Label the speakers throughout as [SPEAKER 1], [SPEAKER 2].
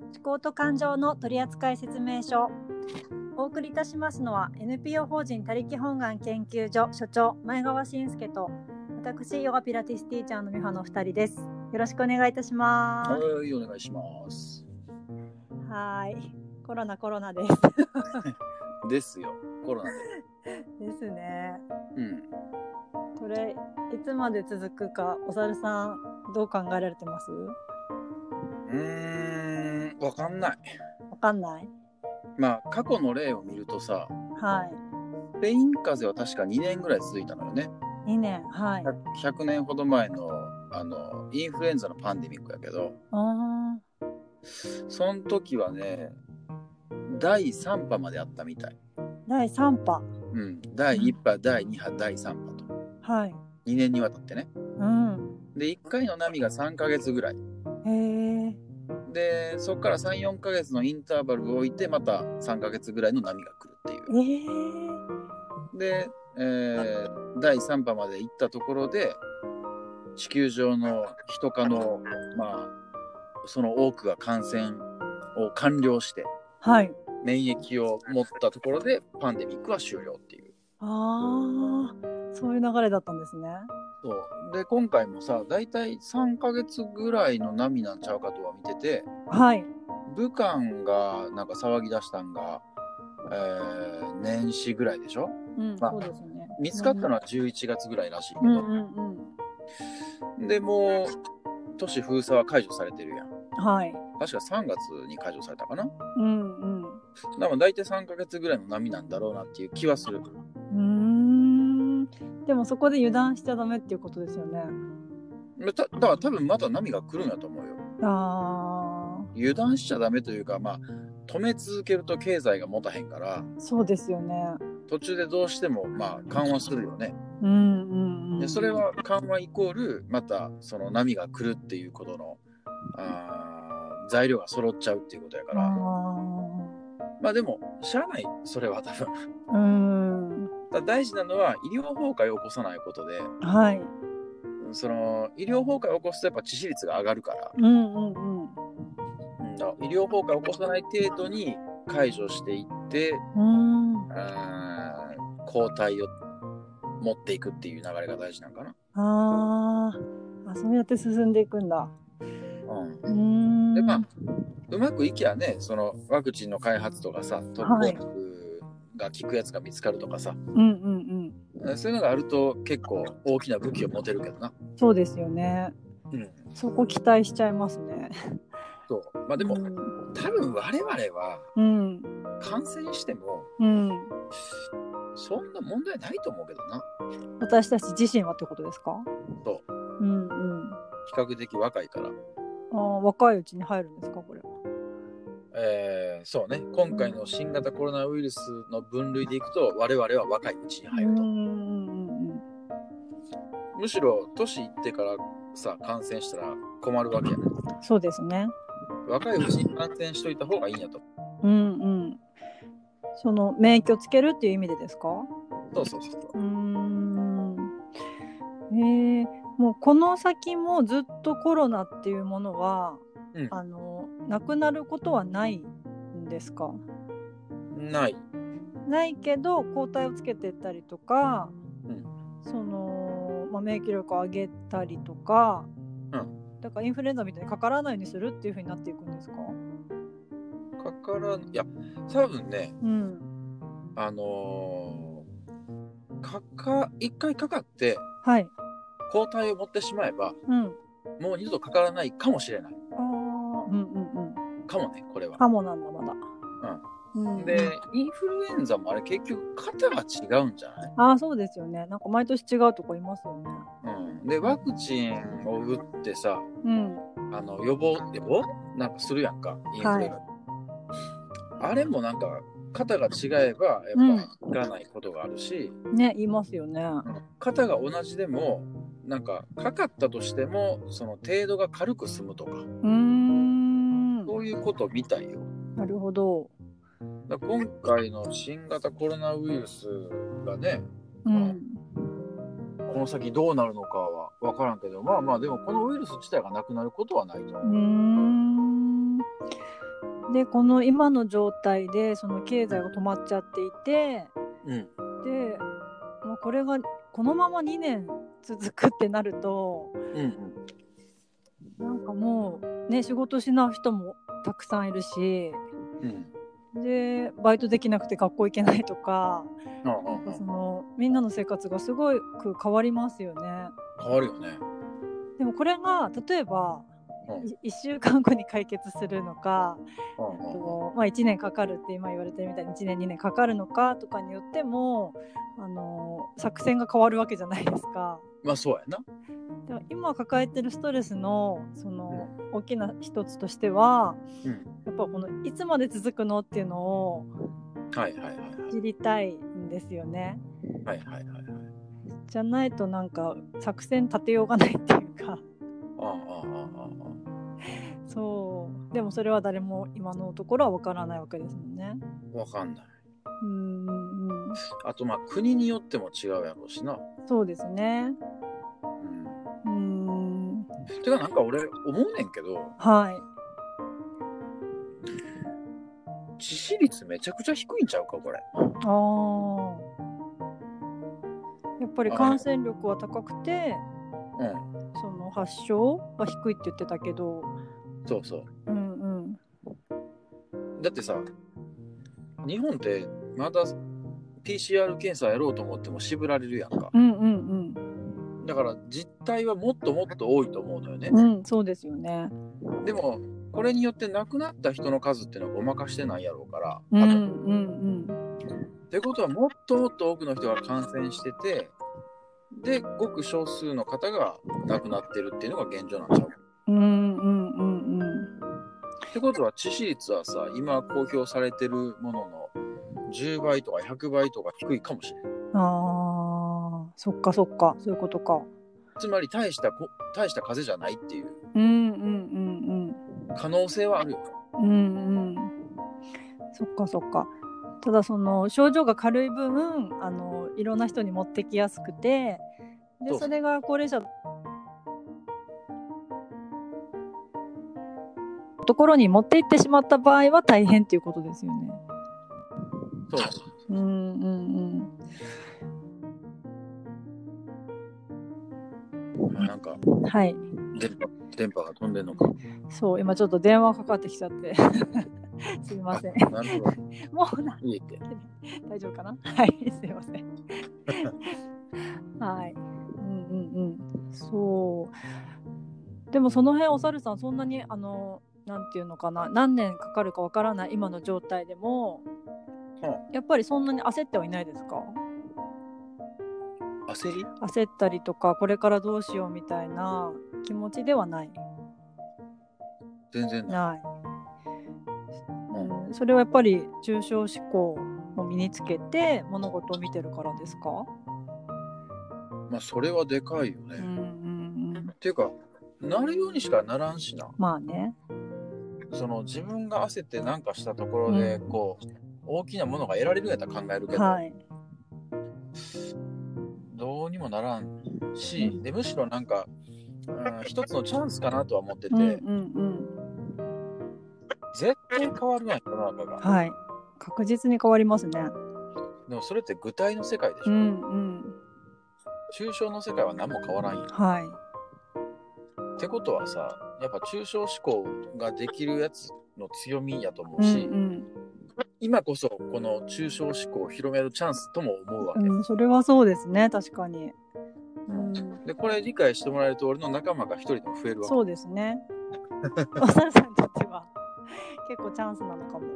[SPEAKER 1] 思考と感情の取扱説明書お送りいたしますのは NPO 法人他力本願研究所所長前川信介と私ヨガピラティスティーチャーの美穂の二人ですよろしくお願いいたします
[SPEAKER 2] はい、お願いします。
[SPEAKER 1] はいコロナコロナです
[SPEAKER 2] ですよ、コロナで。
[SPEAKER 1] ですね
[SPEAKER 2] うん。
[SPEAKER 1] これいつまで続くかお猿さんどう考えられてます
[SPEAKER 2] うーん、わかんない。
[SPEAKER 1] わかんない
[SPEAKER 2] まあ、過去の例を見るとさ、
[SPEAKER 1] は
[SPEAKER 2] スペイン風邪は確か2年ぐらい続いたのよね。
[SPEAKER 1] い2年はい
[SPEAKER 2] 100 100年ほど前の、あの、インフルエンザのパンデミックやけど、
[SPEAKER 1] あ
[SPEAKER 2] その時はね、第3波まであったみたい。
[SPEAKER 1] ー第三波
[SPEAKER 2] うん。第1波、第2波、第3波と。
[SPEAKER 1] はい
[SPEAKER 2] 2年にわたってね。
[SPEAKER 1] うん
[SPEAKER 2] で、1回の波が3ヶ月ぐらい。
[SPEAKER 1] へえ
[SPEAKER 2] で、そこから3、4ヶ月のインターバルを置いて、また3ヶ月ぐらいの波が来るっていう。
[SPEAKER 1] ええ
[SPEAKER 2] で、えー第3波まで行ったところで地球上の人化のまあその多くが感染を完了して
[SPEAKER 1] はい
[SPEAKER 2] 免疫を持ったところでパンデミックは終了っていう。
[SPEAKER 1] ああそういう流れだったんですね
[SPEAKER 2] そうで今回もさ大体3ヶ月ぐらいの波なんちゃうかとは見てて
[SPEAKER 1] はい
[SPEAKER 2] 武漢がなんか騒ぎ出したんが、えー年始ぐらいでしょ
[SPEAKER 1] うん、
[SPEAKER 2] まあ
[SPEAKER 1] そうですよね
[SPEAKER 2] 見つかったのは11月ぐらいらしいけ
[SPEAKER 1] うん
[SPEAKER 2] ど、
[SPEAKER 1] うんうん
[SPEAKER 2] でもう都市封鎖は解除されてるやん
[SPEAKER 1] はい
[SPEAKER 2] 確か3月に解除されたかなだか
[SPEAKER 1] うん
[SPEAKER 2] ら大体3ヶ月ぐらいの波なんだろうなっていう気はする
[SPEAKER 1] うんうーんでもそこで油断しちゃダメっていうことですよね
[SPEAKER 2] まただから多分また波が来るんだと思うよ
[SPEAKER 1] ああ
[SPEAKER 2] 油断しちゃダメというかまあ止め続けると経済が持たへんから
[SPEAKER 1] そうですよね
[SPEAKER 2] 途中でどうしてもまあ緩和するよね
[SPEAKER 1] うんうん、うん、
[SPEAKER 2] でそれは緩和イコールまたその波が来るっていうことのあー材料が揃っちゃうっていうことやか
[SPEAKER 1] あ
[SPEAKER 2] ら
[SPEAKER 1] あ
[SPEAKER 2] まあでもしゃあないそれは多分
[SPEAKER 1] ーうん
[SPEAKER 2] ただ大事なのは医療崩壊を起こさないことで
[SPEAKER 1] はい
[SPEAKER 2] その医療崩壊を起こすとやっぱ致死率が上がるから,、
[SPEAKER 1] うんうんうん
[SPEAKER 2] うん、だから医療崩壊を起こさない程度に解除していって
[SPEAKER 1] うん
[SPEAKER 2] あー抗体を持っていくっていう流れが大事なんかな。
[SPEAKER 1] あーあそうやって進んでいくんだ
[SPEAKER 2] うん
[SPEAKER 1] うーん
[SPEAKER 2] でまあうまくいきゃねそのワクチンの開発とかさ特効薬が効くやつが見つかるとかさ、
[SPEAKER 1] うんうん
[SPEAKER 2] そういうのがあると結構大きな武器を持てるけどな。
[SPEAKER 1] うんそうですよね
[SPEAKER 2] うん、
[SPEAKER 1] そこ期待しちゃいますね
[SPEAKER 2] そうまあでも、
[SPEAKER 1] うん
[SPEAKER 2] 多分我々は
[SPEAKER 1] うん
[SPEAKER 2] 感染しても
[SPEAKER 1] うん
[SPEAKER 2] そんな問題ないと思うけどな。
[SPEAKER 1] 私たち自身はってことですか。
[SPEAKER 2] そう
[SPEAKER 1] うんうん。
[SPEAKER 2] 比較的若いから。
[SPEAKER 1] あー若いうちに入るんですかこれは。
[SPEAKER 2] えーそうね今回の新型コロナウイルスの分類でいくと我々は若いうちに入ると、
[SPEAKER 1] うんうんうん
[SPEAKER 2] むしろ年いってからさ感染したら困るわけやね
[SPEAKER 1] うん。そうですね。
[SPEAKER 2] 若いうちに感染しといた方がいいんやと
[SPEAKER 1] うんうん。その免疫をつけるっていう意味でですか？
[SPEAKER 2] そうそうそうそう
[SPEAKER 1] うーん。えー、もうこの先もずっとコロナっていうものは、
[SPEAKER 2] うん
[SPEAKER 1] あのなくなることはないんですか？
[SPEAKER 2] ない
[SPEAKER 1] ないけど抗体をつけてったりとか、
[SPEAKER 2] うん
[SPEAKER 1] その、まあ、免疫力を上げたりとか、
[SPEAKER 2] う
[SPEAKER 1] だからインフルエンザみたいにかからないようにするっていうふうになっていくんですか、
[SPEAKER 2] かからんいや多分ね
[SPEAKER 1] うん、
[SPEAKER 2] あのーかか一回かかって
[SPEAKER 1] はい、
[SPEAKER 2] 抗体を持ってしまえば
[SPEAKER 1] うん、あ
[SPEAKER 2] もう二度とかからないかもしれない
[SPEAKER 1] あーうんうんうん
[SPEAKER 2] かもねこれは
[SPEAKER 1] かもなんだまだ。うん
[SPEAKER 2] でインフルエンザもあれ結局型が違うんじゃない
[SPEAKER 1] ああそうですよねなんか毎年違うとこいますよね。
[SPEAKER 2] うんでワクチンを打ってさ
[SPEAKER 1] うん、
[SPEAKER 2] あの予防予防なんかするやんかインフルエンザ、あれもなんか肩が違えば
[SPEAKER 1] う
[SPEAKER 2] や
[SPEAKER 1] ん
[SPEAKER 2] っぱいかないことがあるし、
[SPEAKER 1] ね言いますよね。
[SPEAKER 2] 肩が同じでもなんかかかったとしてもその程度が軽く済むとか
[SPEAKER 1] うーん
[SPEAKER 2] そういうことみたいよ
[SPEAKER 1] なるほど。
[SPEAKER 2] だから今回の新型コロナウイルスがね
[SPEAKER 1] うん、
[SPEAKER 2] この先どうなるのかは分からんけどまあまあでもこのウイルス自体がなくなることはないと
[SPEAKER 1] うーんでこの今の状態でその経済が止まっちゃっていて
[SPEAKER 2] うん。
[SPEAKER 1] でもうこれがこのまま2年続くってなると
[SPEAKER 2] うん。
[SPEAKER 1] なんかもうね仕事しない人もたくさんいるし
[SPEAKER 2] うん。
[SPEAKER 1] でバイトできなくて学校行けないとか
[SPEAKER 2] ああ
[SPEAKER 1] なんかそのみんなの生活がすごく変わりますよね。
[SPEAKER 2] ああ変わるよね。
[SPEAKER 1] でもこれが例えば
[SPEAKER 2] うん
[SPEAKER 1] 1週間後に解決するのか、
[SPEAKER 2] あ
[SPEAKER 1] えっとまあ、1年かかるって今言われてるみたいに1年2年かかるのかとかによってもあの作戦が変わるわけじゃないですか。
[SPEAKER 2] まあそうやな。
[SPEAKER 1] だから今抱えてるストレスのその大きな一つとしては
[SPEAKER 2] うん。
[SPEAKER 1] やっぱこのいつまで続くのっていうのを
[SPEAKER 2] はいはいはいは
[SPEAKER 1] 知りたいんですよね。
[SPEAKER 2] い。はいはいはいはい。
[SPEAKER 1] じゃないとなんか作戦立てようがないっていうか
[SPEAKER 2] あああああああ
[SPEAKER 1] そうでもそれは誰も今のところは分からないわけですもんね。
[SPEAKER 2] あ。わかんない。
[SPEAKER 1] うんうん
[SPEAKER 2] あとまあ国によっても違うやろうしな。
[SPEAKER 1] そうですね。
[SPEAKER 2] うん。
[SPEAKER 1] うん
[SPEAKER 2] てかなんか俺思うねんけど、
[SPEAKER 1] はい。
[SPEAKER 2] 致死率めちゃくちゃ低いんちゃうかこれ。
[SPEAKER 1] ああ。やっぱり感染力は高くて、
[SPEAKER 2] うん。
[SPEAKER 1] その発症は低いって言ってたけど、
[SPEAKER 2] そうそう。
[SPEAKER 1] うんうん。
[SPEAKER 2] だってさ日本ってまだ PCR 検査やろうと思っても渋られるやんか
[SPEAKER 1] うんうん
[SPEAKER 2] だから実態はもっともっと多いと思うのよね
[SPEAKER 1] うん。うん、そうですよね。
[SPEAKER 2] でもこれによって亡くなった人の数っていうのはごまかしてないやろうから、
[SPEAKER 1] うんう
[SPEAKER 2] 多
[SPEAKER 1] ん
[SPEAKER 2] 分
[SPEAKER 1] うん。
[SPEAKER 2] ってことはもっともっと多くの人が感染しててでごく少数の方が亡くなってるっていうのが現状なんちゃう
[SPEAKER 1] うんうんうんうん。
[SPEAKER 2] ってことは致死率はさ今公表されてるものの10倍とか100倍とか低いかもしれない
[SPEAKER 1] ああ、そっかそっか、そういうことか。
[SPEAKER 2] つまり大したこ大した風邪じゃないっていう
[SPEAKER 1] うんうんうん
[SPEAKER 2] 可能性はあるよ。
[SPEAKER 1] うん。うんうん。そっかそっか。ただその症状が軽い分あのいろんな人に持ってきやすくて
[SPEAKER 2] そう
[SPEAKER 1] で
[SPEAKER 2] そう
[SPEAKER 1] それが高齢者のところに持って行ってしまった場合は大変っていうことですよね。
[SPEAKER 2] そう。
[SPEAKER 1] うんうん
[SPEAKER 2] なんか、
[SPEAKER 1] うん。はい。
[SPEAKER 2] 電波、電波が飛んでんのか。
[SPEAKER 1] そう今ちょっと電話かかってきちゃって すみません。
[SPEAKER 2] あなるほど。
[SPEAKER 1] もう ない
[SPEAKER 2] いって。
[SPEAKER 1] 大丈夫かな はいすいませ んはいうんうんうんそうでもその辺お猿さんそんなにあのなんていうのかな何年かかるかわからない今の状態でも、
[SPEAKER 2] は
[SPEAKER 1] やっぱりそんなに焦ってはいないですか
[SPEAKER 2] 焦り
[SPEAKER 1] 焦ったりとかこれからどうしようみたいな気持ちではない
[SPEAKER 2] 全然ない。
[SPEAKER 1] ない、
[SPEAKER 2] うん
[SPEAKER 1] うん、それはやっぱり抽象思考を身につけて物事を見てるからですか
[SPEAKER 2] まあ、それはでかいよ
[SPEAKER 1] うんう
[SPEAKER 2] ね。
[SPEAKER 1] んうん
[SPEAKER 2] っていうか、なるようにしかならんしな。
[SPEAKER 1] まあね
[SPEAKER 2] その自分が焦ってなんかしたところで、
[SPEAKER 1] うん
[SPEAKER 2] こう、大きなものが得られるやったら考えるけど、
[SPEAKER 1] はい
[SPEAKER 2] どうにもならんし
[SPEAKER 1] う、ん
[SPEAKER 2] で、むしろなんか、うん一つのチャンスかなとは思ってて、
[SPEAKER 1] うんうんうん
[SPEAKER 2] 絶対変わるわ、世の中が。
[SPEAKER 1] はい確実に変わりますね
[SPEAKER 2] でもそれって具体の世界でし
[SPEAKER 1] う
[SPEAKER 2] ょ。
[SPEAKER 1] んうん
[SPEAKER 2] 抽象の世界は何も変わらんよ。
[SPEAKER 1] はい
[SPEAKER 2] ってことはさやっぱ抽象思考ができるやつの強みやと
[SPEAKER 1] う
[SPEAKER 2] 思うんし、
[SPEAKER 1] うん
[SPEAKER 2] 今こそこの抽象思考を広めるチャンスとも思うわけ、
[SPEAKER 1] うんそれはそうですね確かにうん
[SPEAKER 2] でこれ理解してもらえると俺の仲間が一人でも増えるわけ
[SPEAKER 1] そうです ねお猿さんにとっては結構チャンスなのかも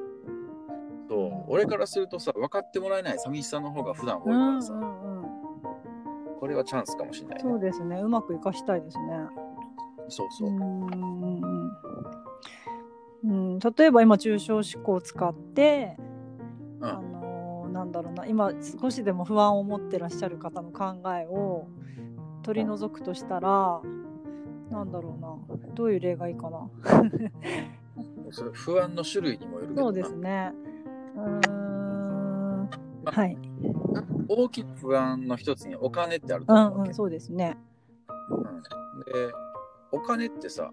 [SPEAKER 2] と俺からするとさ分かってもらえない寂しさの方が普段多いか
[SPEAKER 1] うんう
[SPEAKER 2] らさ、
[SPEAKER 1] んうん
[SPEAKER 2] これはチャンスかもしれない、ね、
[SPEAKER 1] そうですねうまく活かしたいですね
[SPEAKER 2] そうそうう、
[SPEAKER 1] んうんうん例えば今抽象思考を使って
[SPEAKER 2] うん
[SPEAKER 1] あのーなんだろうな今少しでも不安を持ってらっしゃる方の考えを取り除くとしたら、なんだろうなどういう例がいいかな
[SPEAKER 2] それ不安の種類にもよるけ
[SPEAKER 1] そ
[SPEAKER 2] ど
[SPEAKER 1] うで
[SPEAKER 2] な
[SPEAKER 1] すねうーんはい
[SPEAKER 2] 大きな不安の一つにお金ってあると
[SPEAKER 1] う
[SPEAKER 2] 思
[SPEAKER 1] ん
[SPEAKER 2] うわ
[SPEAKER 1] う
[SPEAKER 2] け、
[SPEAKER 1] んそうですね
[SPEAKER 2] うんでお金ってさ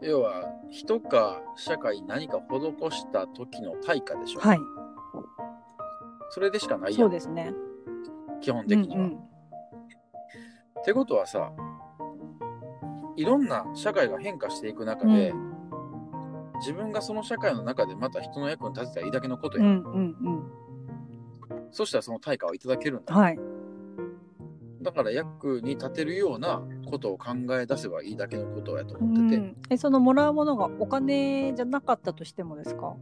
[SPEAKER 2] 要は人か社会に何か施した時の対価でしょ、
[SPEAKER 1] はい、
[SPEAKER 2] それでしかないや
[SPEAKER 1] そうんですね。
[SPEAKER 2] 基本
[SPEAKER 1] う
[SPEAKER 2] 的
[SPEAKER 1] ん
[SPEAKER 2] には。ってことはさいろんな社会が変化していく中
[SPEAKER 1] うん、
[SPEAKER 2] で、自分がその社会の中でまた人の役に立てたらいいだけのこと
[SPEAKER 1] う
[SPEAKER 2] や、
[SPEAKER 1] んうんうん
[SPEAKER 2] そしたらその対価をいただけるんだ
[SPEAKER 1] はい
[SPEAKER 2] だから役に立てるようなことを考え出せばいいだけのことやと
[SPEAKER 1] う
[SPEAKER 2] 思ってて、
[SPEAKER 1] ん、えそのもらうものがお金じゃなかったとしてもですか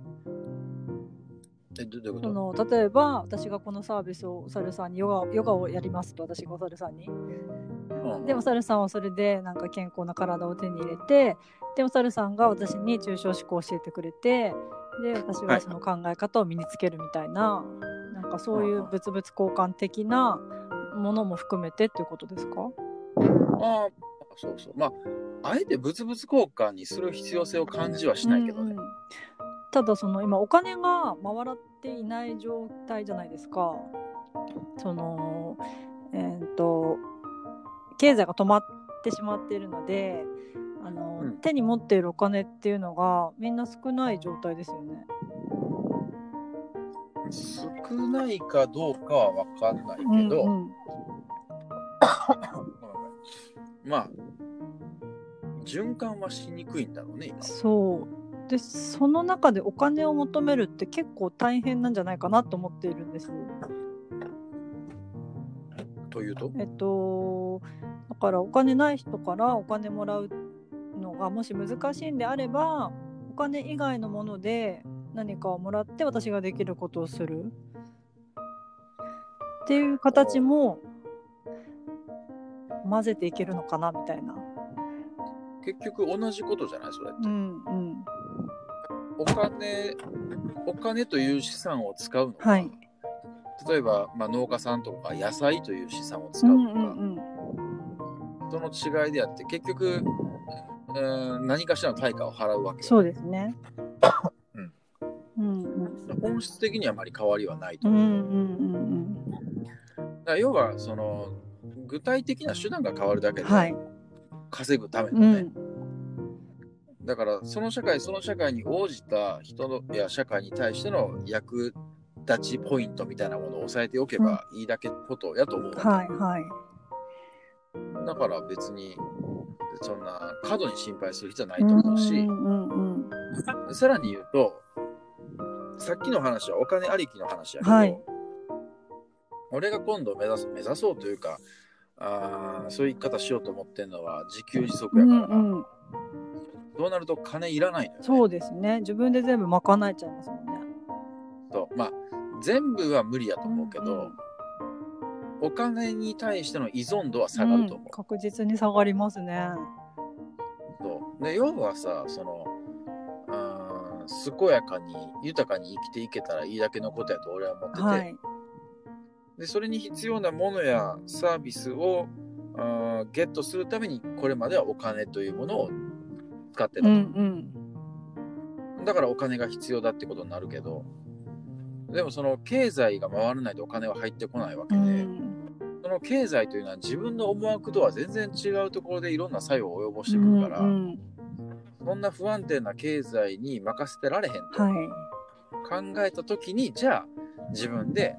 [SPEAKER 2] えどどういうこ
[SPEAKER 1] そ
[SPEAKER 2] と
[SPEAKER 1] の例えば私がこのサービスをお猿さんにヨガヨガをやりますと私がお猿さんに
[SPEAKER 2] うん
[SPEAKER 1] でお猿さんはそれでなんか健康な体を手に入れてでお猿さんが私に抽象思考を教えてくれてで私はその考え方を身につけるみたいな,、なんかそういう物々交換的なものも含めてっていうことですか
[SPEAKER 2] ああそうそうまああえて物々交換にする必要性を感じはしないけどね、
[SPEAKER 1] うんうんただその今お金が回らっていない状態じゃないですかそのえーっと経済が止まってしまっているのであの、
[SPEAKER 2] うん
[SPEAKER 1] 手に持っているお金っていうのがみんな少ない状態ですよね。
[SPEAKER 2] 少ないかどうかは分かんないけど、
[SPEAKER 1] うんうん
[SPEAKER 2] まあ循環はしにくいんだろうね今
[SPEAKER 1] そうでその中でお金を求めるって結構大変なんじゃないかなと思っているんです。
[SPEAKER 2] というと
[SPEAKER 1] えっと、だからお金ない人からお金もらうのがもし難しいんであればお金以外のもので何かをもらって私ができることをするっていう形も混ぜていけるのかなみたいな。
[SPEAKER 2] 結局同じことじゃないそれっ
[SPEAKER 1] う
[SPEAKER 2] て、
[SPEAKER 1] んうん、
[SPEAKER 2] お金お金という資産を使うのか、
[SPEAKER 1] はい
[SPEAKER 2] 例えば、まあ、農家さんとか野菜という資産を使
[SPEAKER 1] う
[SPEAKER 2] うんの
[SPEAKER 1] う
[SPEAKER 2] か、
[SPEAKER 1] ん
[SPEAKER 2] その違いであって結局うーん何かしらの対価を払うわ
[SPEAKER 1] うん、
[SPEAKER 2] け
[SPEAKER 1] そうですね。う
[SPEAKER 2] うん
[SPEAKER 1] んうん
[SPEAKER 2] 本質的にはあまり変わりはないと
[SPEAKER 1] う
[SPEAKER 2] 思う、
[SPEAKER 1] んうんうん
[SPEAKER 2] だから要はその具体的な手段が変わるだけ
[SPEAKER 1] うん
[SPEAKER 2] で
[SPEAKER 1] はい。
[SPEAKER 2] 稼ぐための
[SPEAKER 1] う
[SPEAKER 2] ね、
[SPEAKER 1] ん
[SPEAKER 2] だからその社会その社会に応じた人のや社会に対しての役立ちポイントみたいなものを抑えておけばいいだけことやと思う、
[SPEAKER 1] はいはい。
[SPEAKER 2] だから別にそんな過度に心配する必要はないと
[SPEAKER 1] うん
[SPEAKER 2] 思うし、
[SPEAKER 1] うんうんうん
[SPEAKER 2] さらに言うとさっきの話はお金ありきの話やけど、
[SPEAKER 1] はい
[SPEAKER 2] 俺が今度目指す目指そうというかあーそういう言い方しようと思ってるのは自給自足
[SPEAKER 1] う
[SPEAKER 2] やから、
[SPEAKER 1] んうん
[SPEAKER 2] そうなると金いらないのよ、ね、
[SPEAKER 1] そうですね。自分で全部賄えちゃいますもんね。
[SPEAKER 2] そうまあ全部は無理やと思うけど、
[SPEAKER 1] うんうん
[SPEAKER 2] お金に対しての依存度は下がると思
[SPEAKER 1] ん確実に下がりますね。
[SPEAKER 2] う。そうで要はさそのうーん健やかに豊かに生きていけたらいいだけのことやと俺は思ってて、
[SPEAKER 1] はい。
[SPEAKER 2] でそれに必要なものやサービスをあーゲットするためにこれまではお金というものを使って
[SPEAKER 1] う
[SPEAKER 2] た、
[SPEAKER 1] ん
[SPEAKER 2] だからお金が必要だってことになるけどでもその経済が回らないとお金は入ってこないわ
[SPEAKER 1] う
[SPEAKER 2] けで。
[SPEAKER 1] ん。うん
[SPEAKER 2] その経済というのは自分の思惑とは全然違うところでいろんな作用を及ぼし
[SPEAKER 1] う
[SPEAKER 2] てくるから、
[SPEAKER 1] ん
[SPEAKER 2] そんな不安定な経済に任せてられへんと
[SPEAKER 1] はい。
[SPEAKER 2] 考えた時に、じゃあ自分で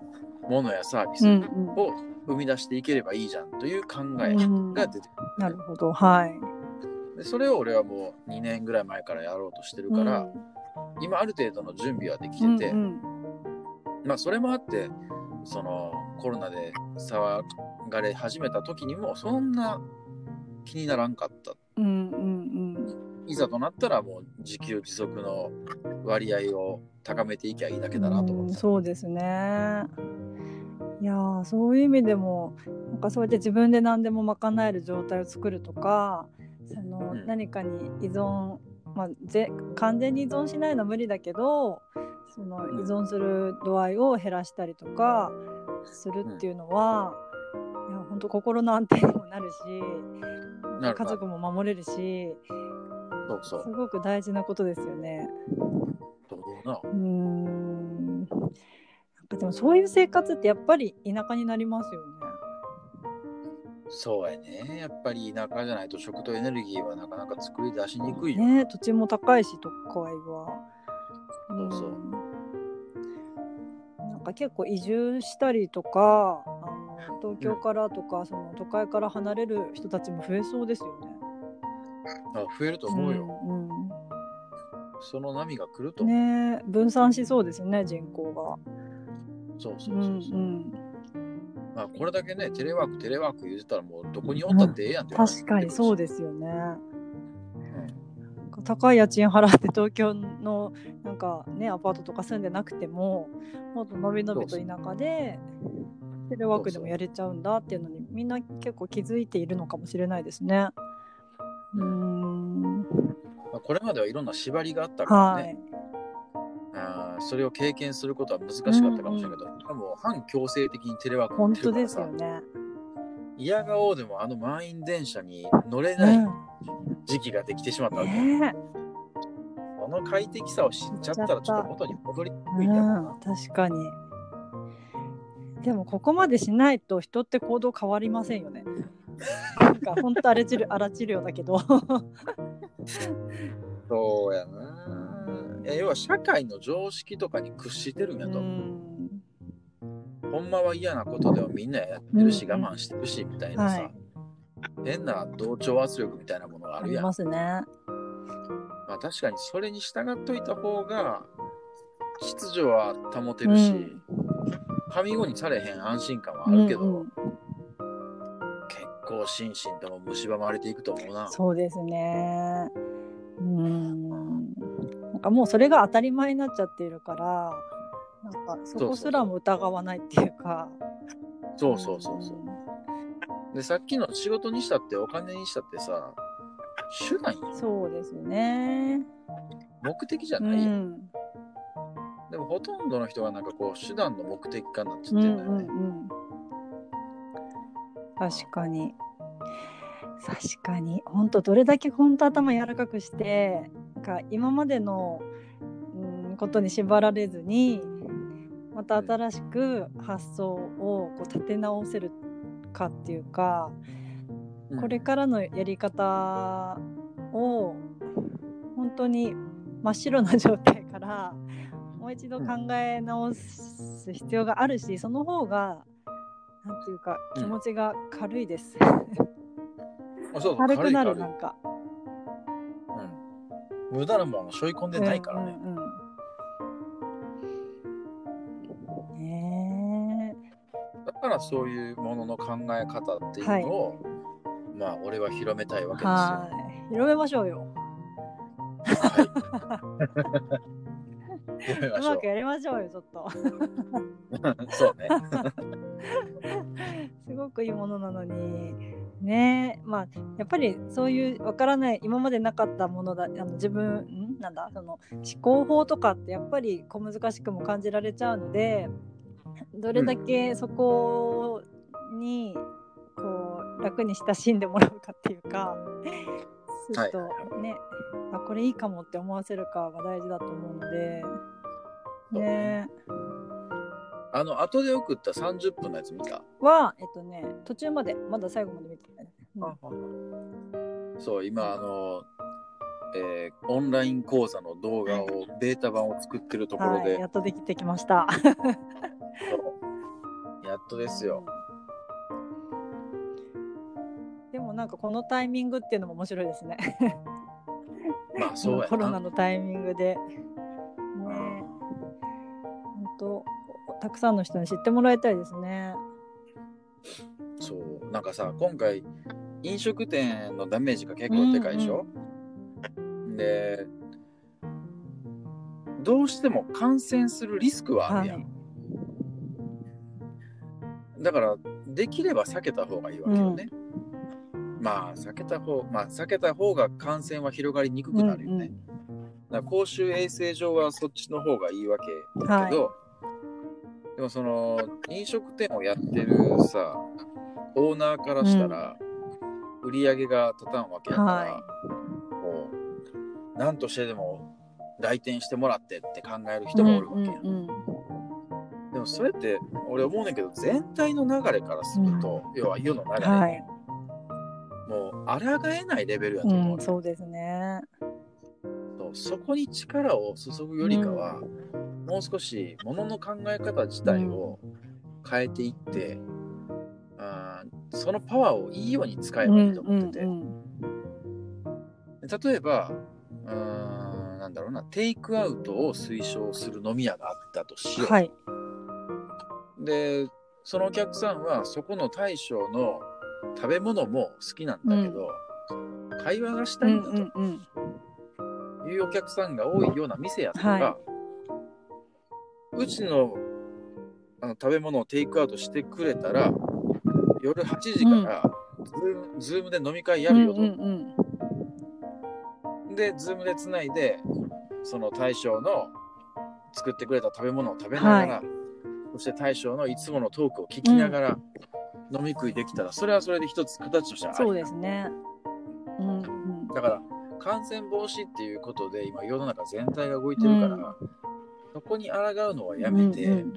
[SPEAKER 2] 物やサービス
[SPEAKER 1] うんう
[SPEAKER 2] を
[SPEAKER 1] ん。
[SPEAKER 2] 生み出していければいいじゃんという考え
[SPEAKER 1] うん
[SPEAKER 2] が出てく
[SPEAKER 1] なるほど。はい。
[SPEAKER 2] るでそれを俺はもう2年ぐらい前からやろうとしてるから、今ある程度の準備はでき
[SPEAKER 1] うん、
[SPEAKER 2] てて、
[SPEAKER 1] うん
[SPEAKER 2] まあそれもあってそのコロナで騒がれ始めた時にもそんな気にならんかった
[SPEAKER 1] うんうん
[SPEAKER 2] いざとなったらもう自給自足の割合を高めていきゃいいだけ
[SPEAKER 1] うん
[SPEAKER 2] だなと
[SPEAKER 1] う
[SPEAKER 2] 思っ
[SPEAKER 1] ん
[SPEAKER 2] て、
[SPEAKER 1] そうですね。いやーそういう意味でもなんかそうやって自分で何でも賄える状態を作るとかその、
[SPEAKER 2] うん
[SPEAKER 1] 何かに依存、まあ、ぜ完全に依存しないのは無理だけどその
[SPEAKER 2] うん
[SPEAKER 1] 依存する度合いを減らしたりとかするっていうのは、いや本当心の安定にもなる
[SPEAKER 2] な
[SPEAKER 1] し
[SPEAKER 2] る
[SPEAKER 1] 家族も守れるし
[SPEAKER 2] そうそ
[SPEAKER 1] す
[SPEAKER 2] う
[SPEAKER 1] ごく大事なことですよね。
[SPEAKER 2] どうな
[SPEAKER 1] うーん。なんかでもそういう生活ってやっぱり田舎になりますよね。
[SPEAKER 2] そうやね。やっぱり田舎じゃないと食とエネルギーはなかなか作り出しにくいよ。
[SPEAKER 1] ね土地も高いし都会は。
[SPEAKER 2] そうそうん
[SPEAKER 1] なんか結構移住したりとかあの東京からとか、その都会から離れる人たちも増えそうですよね。
[SPEAKER 2] あ増えると思うよ。
[SPEAKER 1] んうん
[SPEAKER 2] その波が来ると思う。
[SPEAKER 1] ねえ分散しそうですよね人口が。
[SPEAKER 2] そうそううそうそ
[SPEAKER 1] ん
[SPEAKER 2] う。
[SPEAKER 1] うん
[SPEAKER 2] まあ、これだけね、テレワーク、テレワーク言ってたら、もうどこにおったってええやんって、
[SPEAKER 1] 確かにそう
[SPEAKER 2] で
[SPEAKER 1] ですよね。なんか高い家賃払って東京のなんかねアパートとか住んでなくてももっとのびのびと田舎でテレワークでもやれちゃうんだっていうのにみんな結構気づいているのかもしれないですね。うーん
[SPEAKER 2] まあ、これまではいろんな縛りがあったから
[SPEAKER 1] は
[SPEAKER 2] ね、
[SPEAKER 1] い。
[SPEAKER 2] あーそれを経験することは難しかったかもしれないけど、今もう反強制的にテレワーク
[SPEAKER 1] 本
[SPEAKER 2] やって
[SPEAKER 1] 当
[SPEAKER 2] るか
[SPEAKER 1] で
[SPEAKER 2] ら
[SPEAKER 1] すよ
[SPEAKER 2] さ、
[SPEAKER 1] ね。
[SPEAKER 2] 嫌がおうでもあの満員電車に乗れな
[SPEAKER 1] う
[SPEAKER 2] い
[SPEAKER 1] ん
[SPEAKER 2] 時期ができてしまったわけ、
[SPEAKER 1] ね
[SPEAKER 2] この快適さを知っちゃったら、ちょっと元に戻り
[SPEAKER 1] え、う
[SPEAKER 2] にくいやろうな。
[SPEAKER 1] ん、確かに。でもここまでしないと人って行動変わりませんよね。なんか本当荒れ治療荒治療だ けど。
[SPEAKER 2] そうやな。え要は社会の常識とかに屈してるん
[SPEAKER 1] う
[SPEAKER 2] やと、
[SPEAKER 1] ん
[SPEAKER 2] ほんまは嫌なことでもみんなやってるし、
[SPEAKER 1] うん
[SPEAKER 2] 我慢してるしみたいなさ、
[SPEAKER 1] はい
[SPEAKER 2] 変な同調圧力みたいなものがあ
[SPEAKER 1] あ
[SPEAKER 2] る
[SPEAKER 1] り
[SPEAKER 2] やん。ま
[SPEAKER 1] ますね。
[SPEAKER 2] あ、確かにそれに従っといた方が秩序は保てるし、
[SPEAKER 1] うん
[SPEAKER 2] 上五にされへん安心感はあるけど、
[SPEAKER 1] うんうん
[SPEAKER 2] 結構心身とも蝕まれていくと思うな。
[SPEAKER 1] そうですね。うん。なんかもうそれが当たり前になっちゃっているから、なんかそこすらも疑わないっていうか。
[SPEAKER 2] そうそうそうそう。でさっきの仕事にしたってお金にしたってさ手段やん
[SPEAKER 1] んそうですね。
[SPEAKER 2] 目的じゃ
[SPEAKER 1] う
[SPEAKER 2] ないやん、
[SPEAKER 1] ん。
[SPEAKER 2] でもほとんどの人がなんかこう手段の目的化になっち
[SPEAKER 1] う
[SPEAKER 2] ゃって
[SPEAKER 1] ん
[SPEAKER 2] るんだよね。
[SPEAKER 1] うんうん。確かに。確かに。本当どれだけ本当頭柔らかくして、なんか今までの、うん、ことに縛られずに、また新しく発想をこう立て直せるかっていうか、
[SPEAKER 2] うん
[SPEAKER 1] これからのやり方を本当に真っ白な状態からもう一度考え直す必要があるし、その方がなんていうか
[SPEAKER 2] うん
[SPEAKER 1] 気持ちが軽いです、
[SPEAKER 2] あそうそう
[SPEAKER 1] 軽くなる
[SPEAKER 2] 軽い
[SPEAKER 1] なんか
[SPEAKER 2] 軽いうん、無駄なものを背負い込んでないからね、
[SPEAKER 1] うんうんうんね
[SPEAKER 2] だからそういうものの考え方っていうのを、まあ俺は広めたいわ
[SPEAKER 1] え
[SPEAKER 2] けですよ。
[SPEAKER 1] はい広めましょうよ
[SPEAKER 2] やめま
[SPEAKER 1] う
[SPEAKER 2] しょ
[SPEAKER 1] まくやりましょうよちょっと
[SPEAKER 2] う そうね。
[SPEAKER 1] すごくいいものなのにねえまあやっぱりそういうわからない今までなかったものだあの自分んなんだその思考法とかってやっぱり小難しくも感じられちゃうのでどれだけそこにこう楽に親しんでもらうかっていうかちょっ
[SPEAKER 2] はいはい
[SPEAKER 1] とね、あこれいいかもって思わせるかが大事だと思うのでね
[SPEAKER 2] あの後で送った30分のやつ見た、
[SPEAKER 1] はえっとね途中までまだ最後まで見てない。うん
[SPEAKER 2] そう今あの、えーオンライン講座の動画をベータ版を作ってるところ
[SPEAKER 1] は
[SPEAKER 2] で、
[SPEAKER 1] い、やっとできてきました。
[SPEAKER 2] そうやっとですよ。
[SPEAKER 1] でもなんかこのタイミングっていうのも面白いですね。
[SPEAKER 2] まあそうやな。
[SPEAKER 1] コロナのタイミングで。ね
[SPEAKER 2] う
[SPEAKER 1] 本
[SPEAKER 2] ん
[SPEAKER 1] 当たくさんの人に知ってもらいたいですね。
[SPEAKER 2] そうなんかさ今回飲食店のダメージが結構でかいでしょ、でどうしても感染するリスクはあるやん、
[SPEAKER 1] はい
[SPEAKER 2] だからできれば避けた方がいいわけよね、まあ避けた方まあ避けた方が感染は広がりにくくなる
[SPEAKER 1] う
[SPEAKER 2] よね、
[SPEAKER 1] んうん
[SPEAKER 2] だから公衆衛生上はそっちの方がいいわけだけど、でもその飲食店をやってるさオーナーからしたら、売り上げが立たんわけやから、
[SPEAKER 1] は
[SPEAKER 2] もう何としてでも来店してもらってって考える人もおるわけや、
[SPEAKER 1] うんうん
[SPEAKER 2] でもそれって俺思うねんけど全体の流れからすると、要は世の流
[SPEAKER 1] うん
[SPEAKER 2] れ、
[SPEAKER 1] はい。
[SPEAKER 2] 抗えないレベルやと
[SPEAKER 1] う
[SPEAKER 2] 思う、
[SPEAKER 1] ん、そうですね。
[SPEAKER 2] そうそこに力を注ぐよりかは、もう少しものの考え方自体を変えていって、あーそのパワーをいいように使えばいいと思ってて、
[SPEAKER 1] うん
[SPEAKER 2] 例えばうーんなんだろうなテイクアウトを推奨する飲み屋があったとし
[SPEAKER 1] うん
[SPEAKER 2] よう、
[SPEAKER 1] はい。
[SPEAKER 2] でそのお客さんはそこの大将の食べ物も好きなんだけど、会話がした
[SPEAKER 1] う
[SPEAKER 2] い
[SPEAKER 1] ん
[SPEAKER 2] んだと
[SPEAKER 1] うんうん。
[SPEAKER 2] いうお客さんが多いような店やったら、
[SPEAKER 1] は
[SPEAKER 2] うちのあの食べ物をテイクアウトしてくれたら夜8時からズーム,、ズームで飲み会やるよと、
[SPEAKER 1] うんうん
[SPEAKER 2] でズームでつないでその大将の作ってくれた食べ物を食べながら、そして大将のいつものトークを聞きながら飲み食いできたら、それはそれで一つ形として
[SPEAKER 1] う
[SPEAKER 2] は
[SPEAKER 1] ん。
[SPEAKER 2] あり
[SPEAKER 1] そうですね。うんうん。
[SPEAKER 2] だから感染防止っていうことで今世の中全体が動いてるから、
[SPEAKER 1] うん
[SPEAKER 2] そこに抗うのはやめて、
[SPEAKER 1] うんうん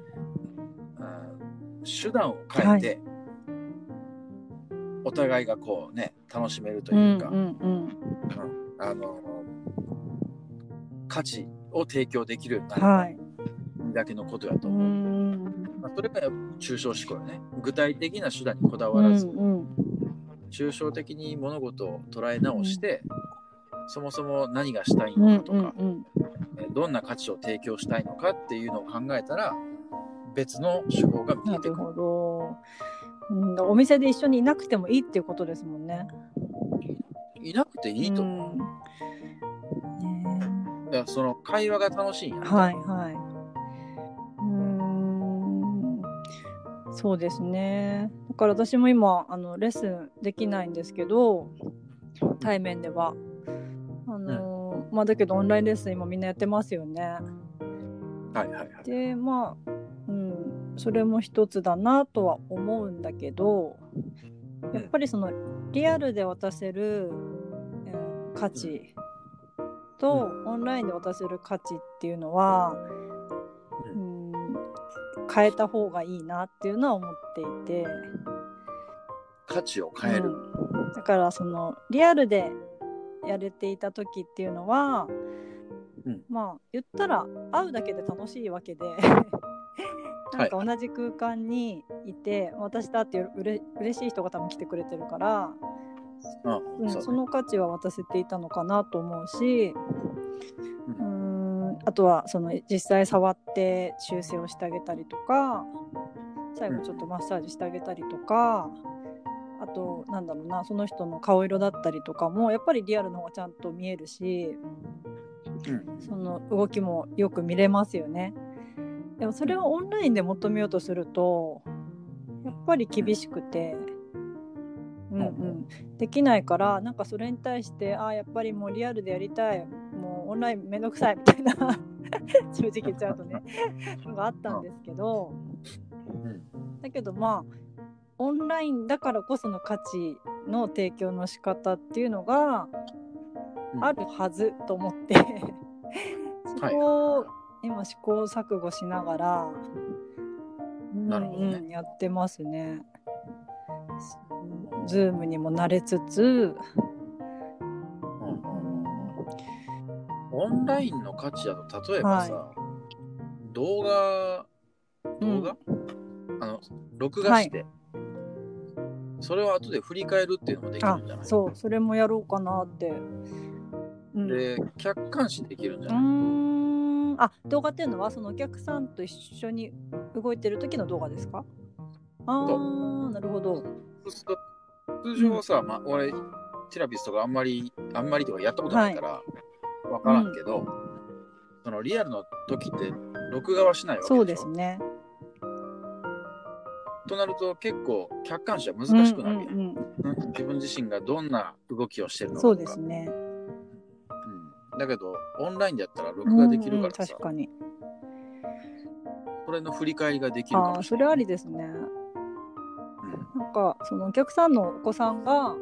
[SPEAKER 2] あー手段を変えて、お互いがこうね楽しめるというか、
[SPEAKER 1] うんうん
[SPEAKER 2] うんあの価値を提供できるように
[SPEAKER 1] うん、
[SPEAKER 2] な
[SPEAKER 1] は
[SPEAKER 2] る
[SPEAKER 1] い。
[SPEAKER 2] だけのことやと
[SPEAKER 1] う
[SPEAKER 2] 思う、
[SPEAKER 1] ん。
[SPEAKER 2] まあ、それが抽象思考よね具体的な手段にこだわらず、
[SPEAKER 1] うんうん、
[SPEAKER 2] 抽象的に物事を捉え直して、そもそも何がしたいのかとか、
[SPEAKER 1] うんうん
[SPEAKER 2] えーどんな価値を提供したいのかっていうのを考えたら別の手法が
[SPEAKER 1] うん、
[SPEAKER 2] 見
[SPEAKER 1] な
[SPEAKER 2] えて
[SPEAKER 1] る
[SPEAKER 2] くる
[SPEAKER 1] ほど。うん、お店で一緒にいなくてもいいっていうことですもんね。
[SPEAKER 2] いなくていいと思
[SPEAKER 1] うん
[SPEAKER 2] う、
[SPEAKER 1] ね
[SPEAKER 2] だからその会話が楽しいんや
[SPEAKER 1] え、はいはい。うーん、そうですね。だから私も今あのレッスンできないんですけど、対面では。あのーまあだけどオンラインレッスン今みんなやってますよね。
[SPEAKER 2] はいはいはい
[SPEAKER 1] でまあ、うん、それも一つだなとは思うんだけどやっぱりそのリアルで渡せる、うん価値と、オンラインで渡せる価値っていうのは、
[SPEAKER 2] う
[SPEAKER 1] うん、変えた方がいいなっていうのは思っていて。
[SPEAKER 2] 価値を変える、
[SPEAKER 1] うんだからそのリアルでやれていた時っていうのは、
[SPEAKER 2] うん
[SPEAKER 1] まあ言ったら会うだけで楽しいわ けでなんか同じ空間にいて、私だってうれ嬉しい人が多分来てくれてるから、
[SPEAKER 2] あ
[SPEAKER 1] うん
[SPEAKER 2] そう
[SPEAKER 1] そ
[SPEAKER 2] ね
[SPEAKER 1] の価値は渡せていたのかなと思うし。う
[SPEAKER 2] う
[SPEAKER 1] ーんあとはその実際触って修正をしてあげたりとか最後ちょっとマッサージしてあげたりとか、あとなんだろうなその人の顔色だったりとかもやっぱりリアルの方がちゃんと見えるし
[SPEAKER 2] うん
[SPEAKER 1] その動きもよく見れますよね。でもそれをオンラインで求めようとするとやっぱり厳しくて、うんうん、できないからなんかそれに対してああやっぱりもうリアルでやりたいもうオンラインめんどくさいみたいな 正直言っちゃうと ねのがあったんですけど
[SPEAKER 2] うん
[SPEAKER 1] だけどまあオンラインだからこその価値の提供の仕方っていうのが
[SPEAKER 2] うん
[SPEAKER 1] あるはずと思 って、そこを今試行錯誤しながら、うん
[SPEAKER 2] なるほどね
[SPEAKER 1] うんやってますね。ズームにも慣れつつ、
[SPEAKER 2] うんオンラインの価値だと例えばさ、動画動画、あの録画して、それを後で振り返るっていうのもできる
[SPEAKER 1] あ
[SPEAKER 2] んじゃない
[SPEAKER 1] そうそれもやろうかなって。うん
[SPEAKER 2] で客観視できるんじゃ
[SPEAKER 1] う
[SPEAKER 2] な
[SPEAKER 1] ー
[SPEAKER 2] い、
[SPEAKER 1] んあ動画っていうのはそのお客さんと一緒に動いてる時の動画ですかあ
[SPEAKER 2] そ
[SPEAKER 1] あなるほど。
[SPEAKER 2] そうすると通常はさ、まあ、俺ティラピスとかあんまりあんまりとかやったことないから分からんけど、そのリアルの時って録画はしないわけでしょ
[SPEAKER 1] そうですね。
[SPEAKER 2] となると結構客観視は難しくなるやん、
[SPEAKER 1] うんうん
[SPEAKER 2] うん自分自身がどんな動きをしてる
[SPEAKER 1] う
[SPEAKER 2] の
[SPEAKER 1] ん
[SPEAKER 2] か
[SPEAKER 1] そうですね。
[SPEAKER 2] うんだけどオンラインでやったら録画できるから
[SPEAKER 1] うんう
[SPEAKER 2] さ、
[SPEAKER 1] ん確かに。
[SPEAKER 2] それの振り返りができる
[SPEAKER 1] あ
[SPEAKER 2] か
[SPEAKER 1] あ
[SPEAKER 2] も
[SPEAKER 1] ー
[SPEAKER 2] し
[SPEAKER 1] そ
[SPEAKER 2] れ
[SPEAKER 1] れ
[SPEAKER 2] ない。
[SPEAKER 1] ありですね。なんかそのお客さんのお子さんが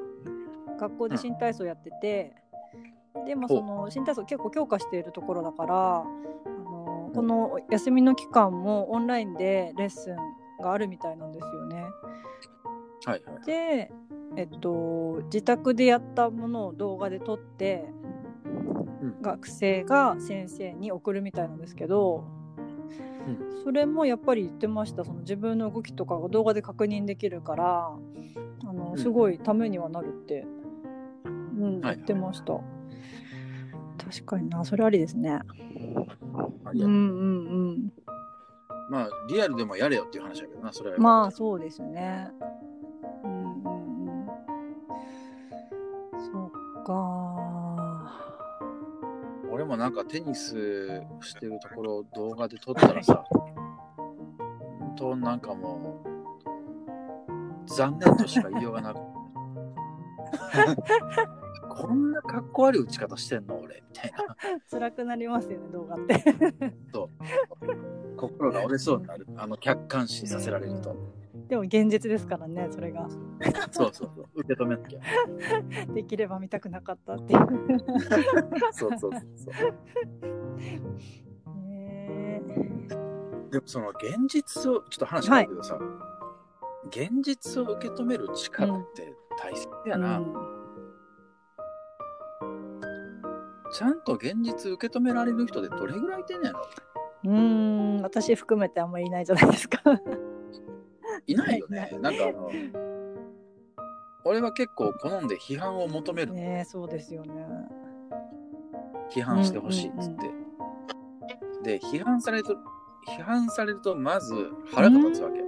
[SPEAKER 1] 学校で新体操やってて、でも
[SPEAKER 2] ほう
[SPEAKER 1] その新体操結構強化しているところだからあのこの休みの期間もオンラインでレッスンがあるみたいなんですよね。
[SPEAKER 2] うんはいはい。
[SPEAKER 1] でえっと、自宅でやったものを動画で撮って、
[SPEAKER 2] うん
[SPEAKER 1] 学生が先生に送るみたいなんですけど、
[SPEAKER 2] う
[SPEAKER 1] それもやっぱり言ってましたその自分の動きとかが動画で確認できるからあの
[SPEAKER 2] うん
[SPEAKER 1] すごいためにはなるって、うん
[SPEAKER 2] はいは
[SPEAKER 1] 言
[SPEAKER 2] い
[SPEAKER 1] ってました。確かになそれありですね。
[SPEAKER 2] あ
[SPEAKER 1] うんう
[SPEAKER 2] りがとうんまあリアルでもやれよっていう話だけどなそれ
[SPEAKER 1] う
[SPEAKER 2] は、
[SPEAKER 1] ん。まあそうですね。うんうんうん。そっか。
[SPEAKER 2] 俺もなんかテニスしてるところを動画で撮ったらさ本当なんかもう残念としか言いようがなく こんなかっこ悪い打ち方してんの俺みたいな
[SPEAKER 1] 辛くなりますよね動画って。
[SPEAKER 2] 心が折れそうになるあの客観視させられると
[SPEAKER 1] でも現実ですからねそれが
[SPEAKER 2] そうそうそう受け止めなきゃ
[SPEAKER 1] できれば見たくなかったっていう。
[SPEAKER 2] そうそうそうそう
[SPEAKER 1] へ
[SPEAKER 2] でもその現実をちょっと話変わるけどさ、現実を受け止める力って大切
[SPEAKER 1] え
[SPEAKER 2] やな、
[SPEAKER 1] うん
[SPEAKER 2] ちゃんと現実受け止められる人でどれぐらいいてんねやろ
[SPEAKER 1] うーん私含めてあんまりいないじゃない ですか。
[SPEAKER 2] いないよね
[SPEAKER 1] い
[SPEAKER 2] なんかあの俺は結構好んで批判を求める
[SPEAKER 1] ねえそうですよね。
[SPEAKER 2] 批判してほしいっつって、で批判されると批判されるとまず腹が立つわけ、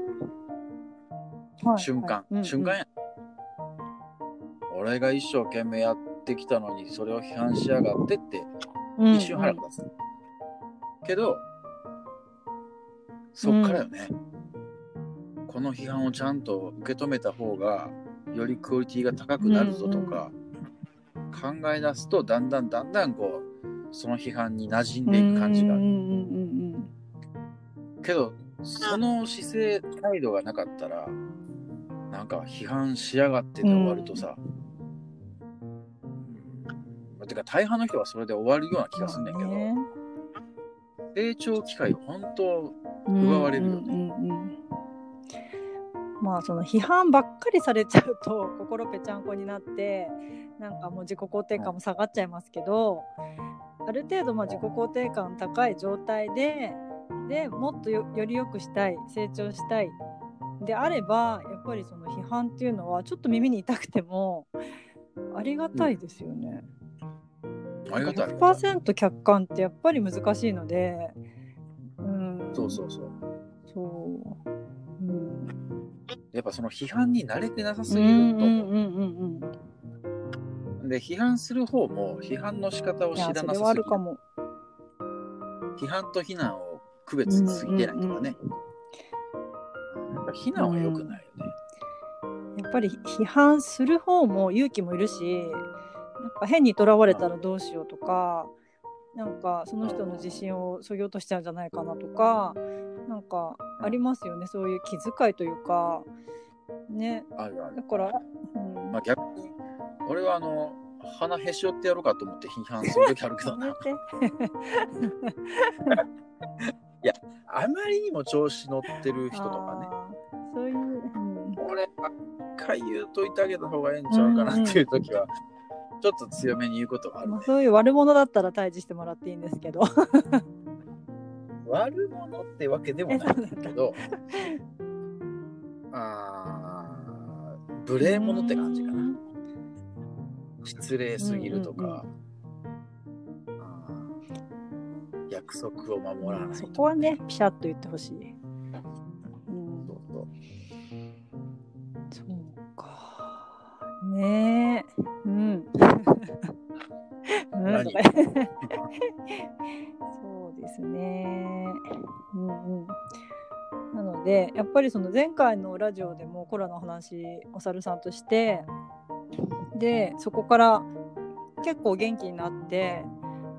[SPEAKER 1] はい
[SPEAKER 2] 瞬間、
[SPEAKER 1] はいうんうん
[SPEAKER 2] 瞬間や、俺が一生懸命やってきたのにそれを批判しやがってって一瞬腹が立つ、けどそっからよね、この批判をちゃんと受け止めた方がよりクオリティが高くなるぞとか、考え出すとだんだんだんだんこうその批判に馴染んでいく感じがあ
[SPEAKER 1] うん
[SPEAKER 2] る
[SPEAKER 1] う、んうんうん
[SPEAKER 2] けどその姿勢態度がなかったらなんか批判しやがってで終わるとさ、うん、てか大半の人はそれで終わるような気がするんだけど、成長機会を本当
[SPEAKER 1] うん
[SPEAKER 2] 奪われるよね
[SPEAKER 1] うんうんうんまあその批判ばっかりされちゃうと 心ぺちゃんこになってなんかもう自己肯定感も下がっちゃいますけどある程度まあ自己肯定感高い状態ででもっとよより良くしたい成長したいであればやっぱりその批判っていうのはちょっと耳に痛くてもありがたいですよね。
[SPEAKER 2] ありがたい。
[SPEAKER 1] 100%客観ってやっぱり難しいので、うん、
[SPEAKER 2] そうそうそう。
[SPEAKER 1] そう。うん。
[SPEAKER 2] やっぱその批判に慣れてなさす
[SPEAKER 1] う
[SPEAKER 2] ぎ
[SPEAKER 1] ん
[SPEAKER 2] る
[SPEAKER 1] う
[SPEAKER 2] と
[SPEAKER 1] ん
[SPEAKER 2] 思
[SPEAKER 1] うんうんうん。
[SPEAKER 2] う。で、批判する方も批判の仕方を
[SPEAKER 1] い
[SPEAKER 2] 知
[SPEAKER 1] や
[SPEAKER 2] ら、
[SPEAKER 1] そ
[SPEAKER 2] な
[SPEAKER 1] れ
[SPEAKER 2] さ
[SPEAKER 1] はあ
[SPEAKER 2] すぎ
[SPEAKER 1] る
[SPEAKER 2] る
[SPEAKER 1] か。も。
[SPEAKER 2] 批判と非難を区別しすぎてないとかね。なんか非難は良くないよね。
[SPEAKER 1] やっぱり批判する方も勇気もいるし、なんか変にとらわれたらどうしようとか、なんかその人の自信をそぎ落としちゃうんじゃないかなとか、なんかありますよね、そういう気遣いというか、ね、
[SPEAKER 2] あるある。
[SPEAKER 1] だから、うん
[SPEAKER 2] まあ逆に、俺はあの、鼻へし折ってやろうかと思って批判する時あるけど
[SPEAKER 1] やめ
[SPEAKER 2] な。
[SPEAKER 1] て。
[SPEAKER 2] あまりにも調子乗ってる人とかね。
[SPEAKER 1] あーそういう、うん
[SPEAKER 2] 俺ばっかり言うといてあげた方がええんちゃうかなっていう時は、ちょっと強めに言うことがある
[SPEAKER 1] まあ、。そういう悪者だったら退治してもらっていいんです けど。
[SPEAKER 2] 悪者ってわけでもないんだけど あー無礼者って感じかな失礼すぎるとか、あー約束を守らない
[SPEAKER 1] そ
[SPEAKER 2] と
[SPEAKER 1] こ
[SPEAKER 2] か
[SPEAKER 1] はねピシャッと言ってほしい、うん
[SPEAKER 2] そ、う
[SPEAKER 1] そ
[SPEAKER 2] そう
[SPEAKER 1] うかねえうん うん
[SPEAKER 2] 何
[SPEAKER 1] とかそうですねうんうんなのでやっぱりその前回のラジオでもコラの話お猿さんとしてでそこから結構元気になって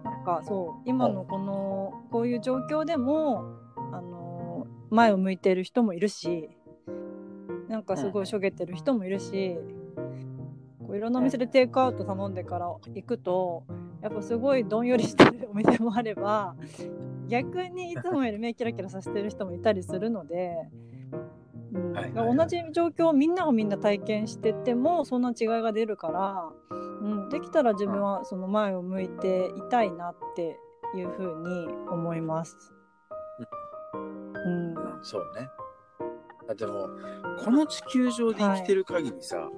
[SPEAKER 1] なんかそう今のこのこういう状況でもあの前を向いてる人もいるしなんかすごいしょげてる人もいるし、こういろんなお店でテイクアウト頼んでから行くとやっぱすごいどんよりしてるお店もあれば逆にいつもより目キラキラさせてる人もいたりするのでうん
[SPEAKER 2] はいはい
[SPEAKER 1] だから同じ状況をみんながみんな体験しててもそんな違いが出るから、うん、できたら自分はその前を向いていたいなっていうふうに思います。うん、
[SPEAKER 2] うんそうね。だってもうこの地球上で生きてる限りさ、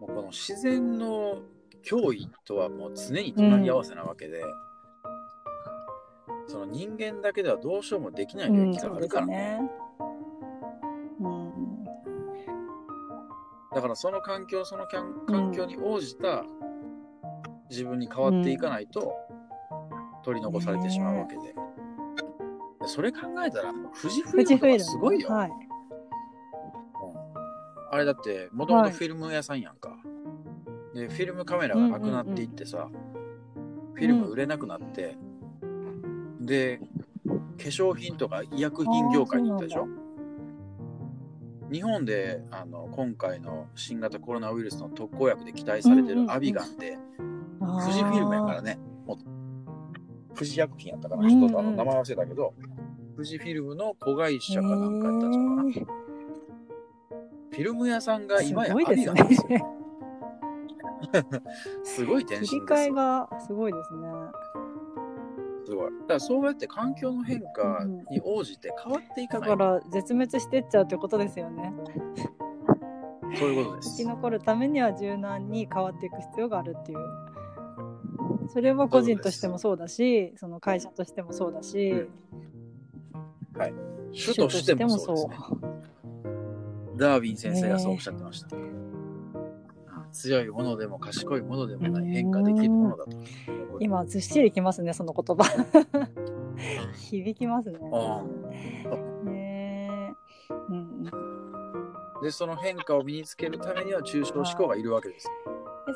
[SPEAKER 2] もうこの自然の脅威とはもう常に隣り合わせなわけで、その人間だけではどうしようもできない領
[SPEAKER 1] うん、
[SPEAKER 2] 域
[SPEAKER 1] そ
[SPEAKER 2] があ
[SPEAKER 1] うで
[SPEAKER 2] るか
[SPEAKER 1] す
[SPEAKER 2] らね。
[SPEAKER 1] ね。うん、
[SPEAKER 2] だからその環境そのきゃん環境に応じた自分に変わっていかないと取り残されてしまうわけで。でそれ考えたら、もう富士フ
[SPEAKER 1] 富士
[SPEAKER 2] イ
[SPEAKER 1] フイ
[SPEAKER 2] ル
[SPEAKER 1] ルム
[SPEAKER 2] ムすごいよ。
[SPEAKER 1] はい。
[SPEAKER 2] あれだって、もともとフィルム屋さんやんか。で、フィルムカメラがなくなっていってさ、フィルム売れなくなって、で、化粧品とか医薬品業界に行ったでし
[SPEAKER 1] あ
[SPEAKER 2] ょ日本であの今回の新型コロナウイルスの特効薬で期待されて
[SPEAKER 1] うんうんうん
[SPEAKER 2] るアビガンって、
[SPEAKER 1] あー
[SPEAKER 2] 富士フィルムやからね、もう富士薬品やったか
[SPEAKER 1] う
[SPEAKER 2] な、
[SPEAKER 1] ん
[SPEAKER 2] ち
[SPEAKER 1] う
[SPEAKER 2] ょ
[SPEAKER 1] ん
[SPEAKER 2] っとあの名前忘れたけど、富士フィルムの子会社かなんかやったんちゃうかな。
[SPEAKER 1] へー
[SPEAKER 2] フィルム屋さんが今や
[SPEAKER 1] すごい
[SPEAKER 2] ア
[SPEAKER 1] で
[SPEAKER 2] ビガ
[SPEAKER 1] す
[SPEAKER 2] ンですよ。
[SPEAKER 1] ね。
[SPEAKER 2] すごい転
[SPEAKER 1] 切り
[SPEAKER 2] 身で
[SPEAKER 1] 替
[SPEAKER 2] す
[SPEAKER 1] え
[SPEAKER 2] よ。
[SPEAKER 1] がすごいですね。
[SPEAKER 2] すごい。だからそうやって環境の変化に応じて変わってい
[SPEAKER 1] だ
[SPEAKER 2] かない。
[SPEAKER 1] から絶滅してっちゃうということですよね。
[SPEAKER 2] そういうことで
[SPEAKER 1] 生
[SPEAKER 2] す
[SPEAKER 1] き。残るためには柔軟に変わっていく必要があるっていうそれは個人としてもそうだしその会社としてもそうだし、
[SPEAKER 2] うん主としてもそうですね。ダーウィン先生がそうおっしゃってました。強いものでも賢いものでもない変化できるものだと。
[SPEAKER 1] 今ずっしりきますねその言葉響きますね。ねえうん、で
[SPEAKER 2] で、その変化を身につけるためには抽象思考がいるわけです。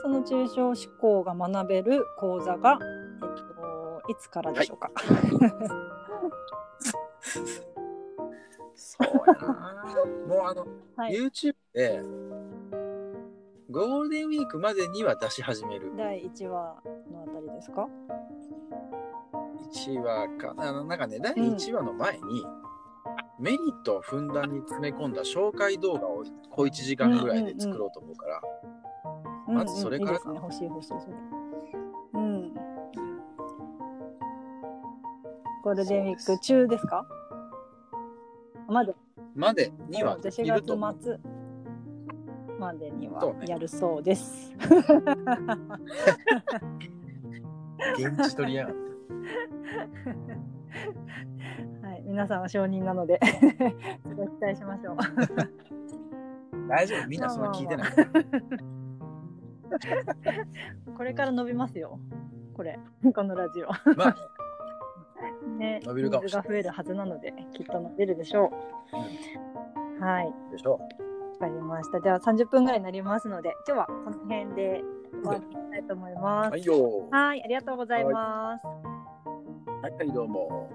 [SPEAKER 1] その抽象思考が学べる講座が、えっと、いつからでしょうか、
[SPEAKER 2] そうやな。もうあの、
[SPEAKER 1] はい
[SPEAKER 2] YouTube でゴールデンウィークまでには出し始める。
[SPEAKER 1] 第1話のあたりですか
[SPEAKER 2] 1話かなあのなんかね第1話の前に、メリットをふんだんに詰め込んだ紹介動画を小1時間ぐらいで作ろうと思うから、まずそれからか
[SPEAKER 1] うんうんいいですね欲しい欲しいそれうんゴールデンウィーク中ですかまで
[SPEAKER 2] までにはでき
[SPEAKER 1] 4
[SPEAKER 2] ると思う
[SPEAKER 1] 月末までに
[SPEAKER 2] そう
[SPEAKER 1] は
[SPEAKER 2] ね
[SPEAKER 1] やるそう です
[SPEAKER 2] 現地取りやがって
[SPEAKER 1] はい皆さんは承認なので ご期待しましょう
[SPEAKER 2] 大丈夫みんなそんな聞いてない、
[SPEAKER 1] これから伸びますよこれ このラジオ
[SPEAKER 2] まあ
[SPEAKER 1] ね
[SPEAKER 2] 伸びるかもしれな
[SPEAKER 1] 人数が
[SPEAKER 2] い
[SPEAKER 1] 増えるはずなのできっと伸びるでしょう、はい
[SPEAKER 2] でしょ
[SPEAKER 1] わかりました。では30分ぐらいになりますので、今日はこの辺で終わりにしたいと思います。
[SPEAKER 2] はいよー
[SPEAKER 1] はい、ありがとうございます。
[SPEAKER 2] はいどうも。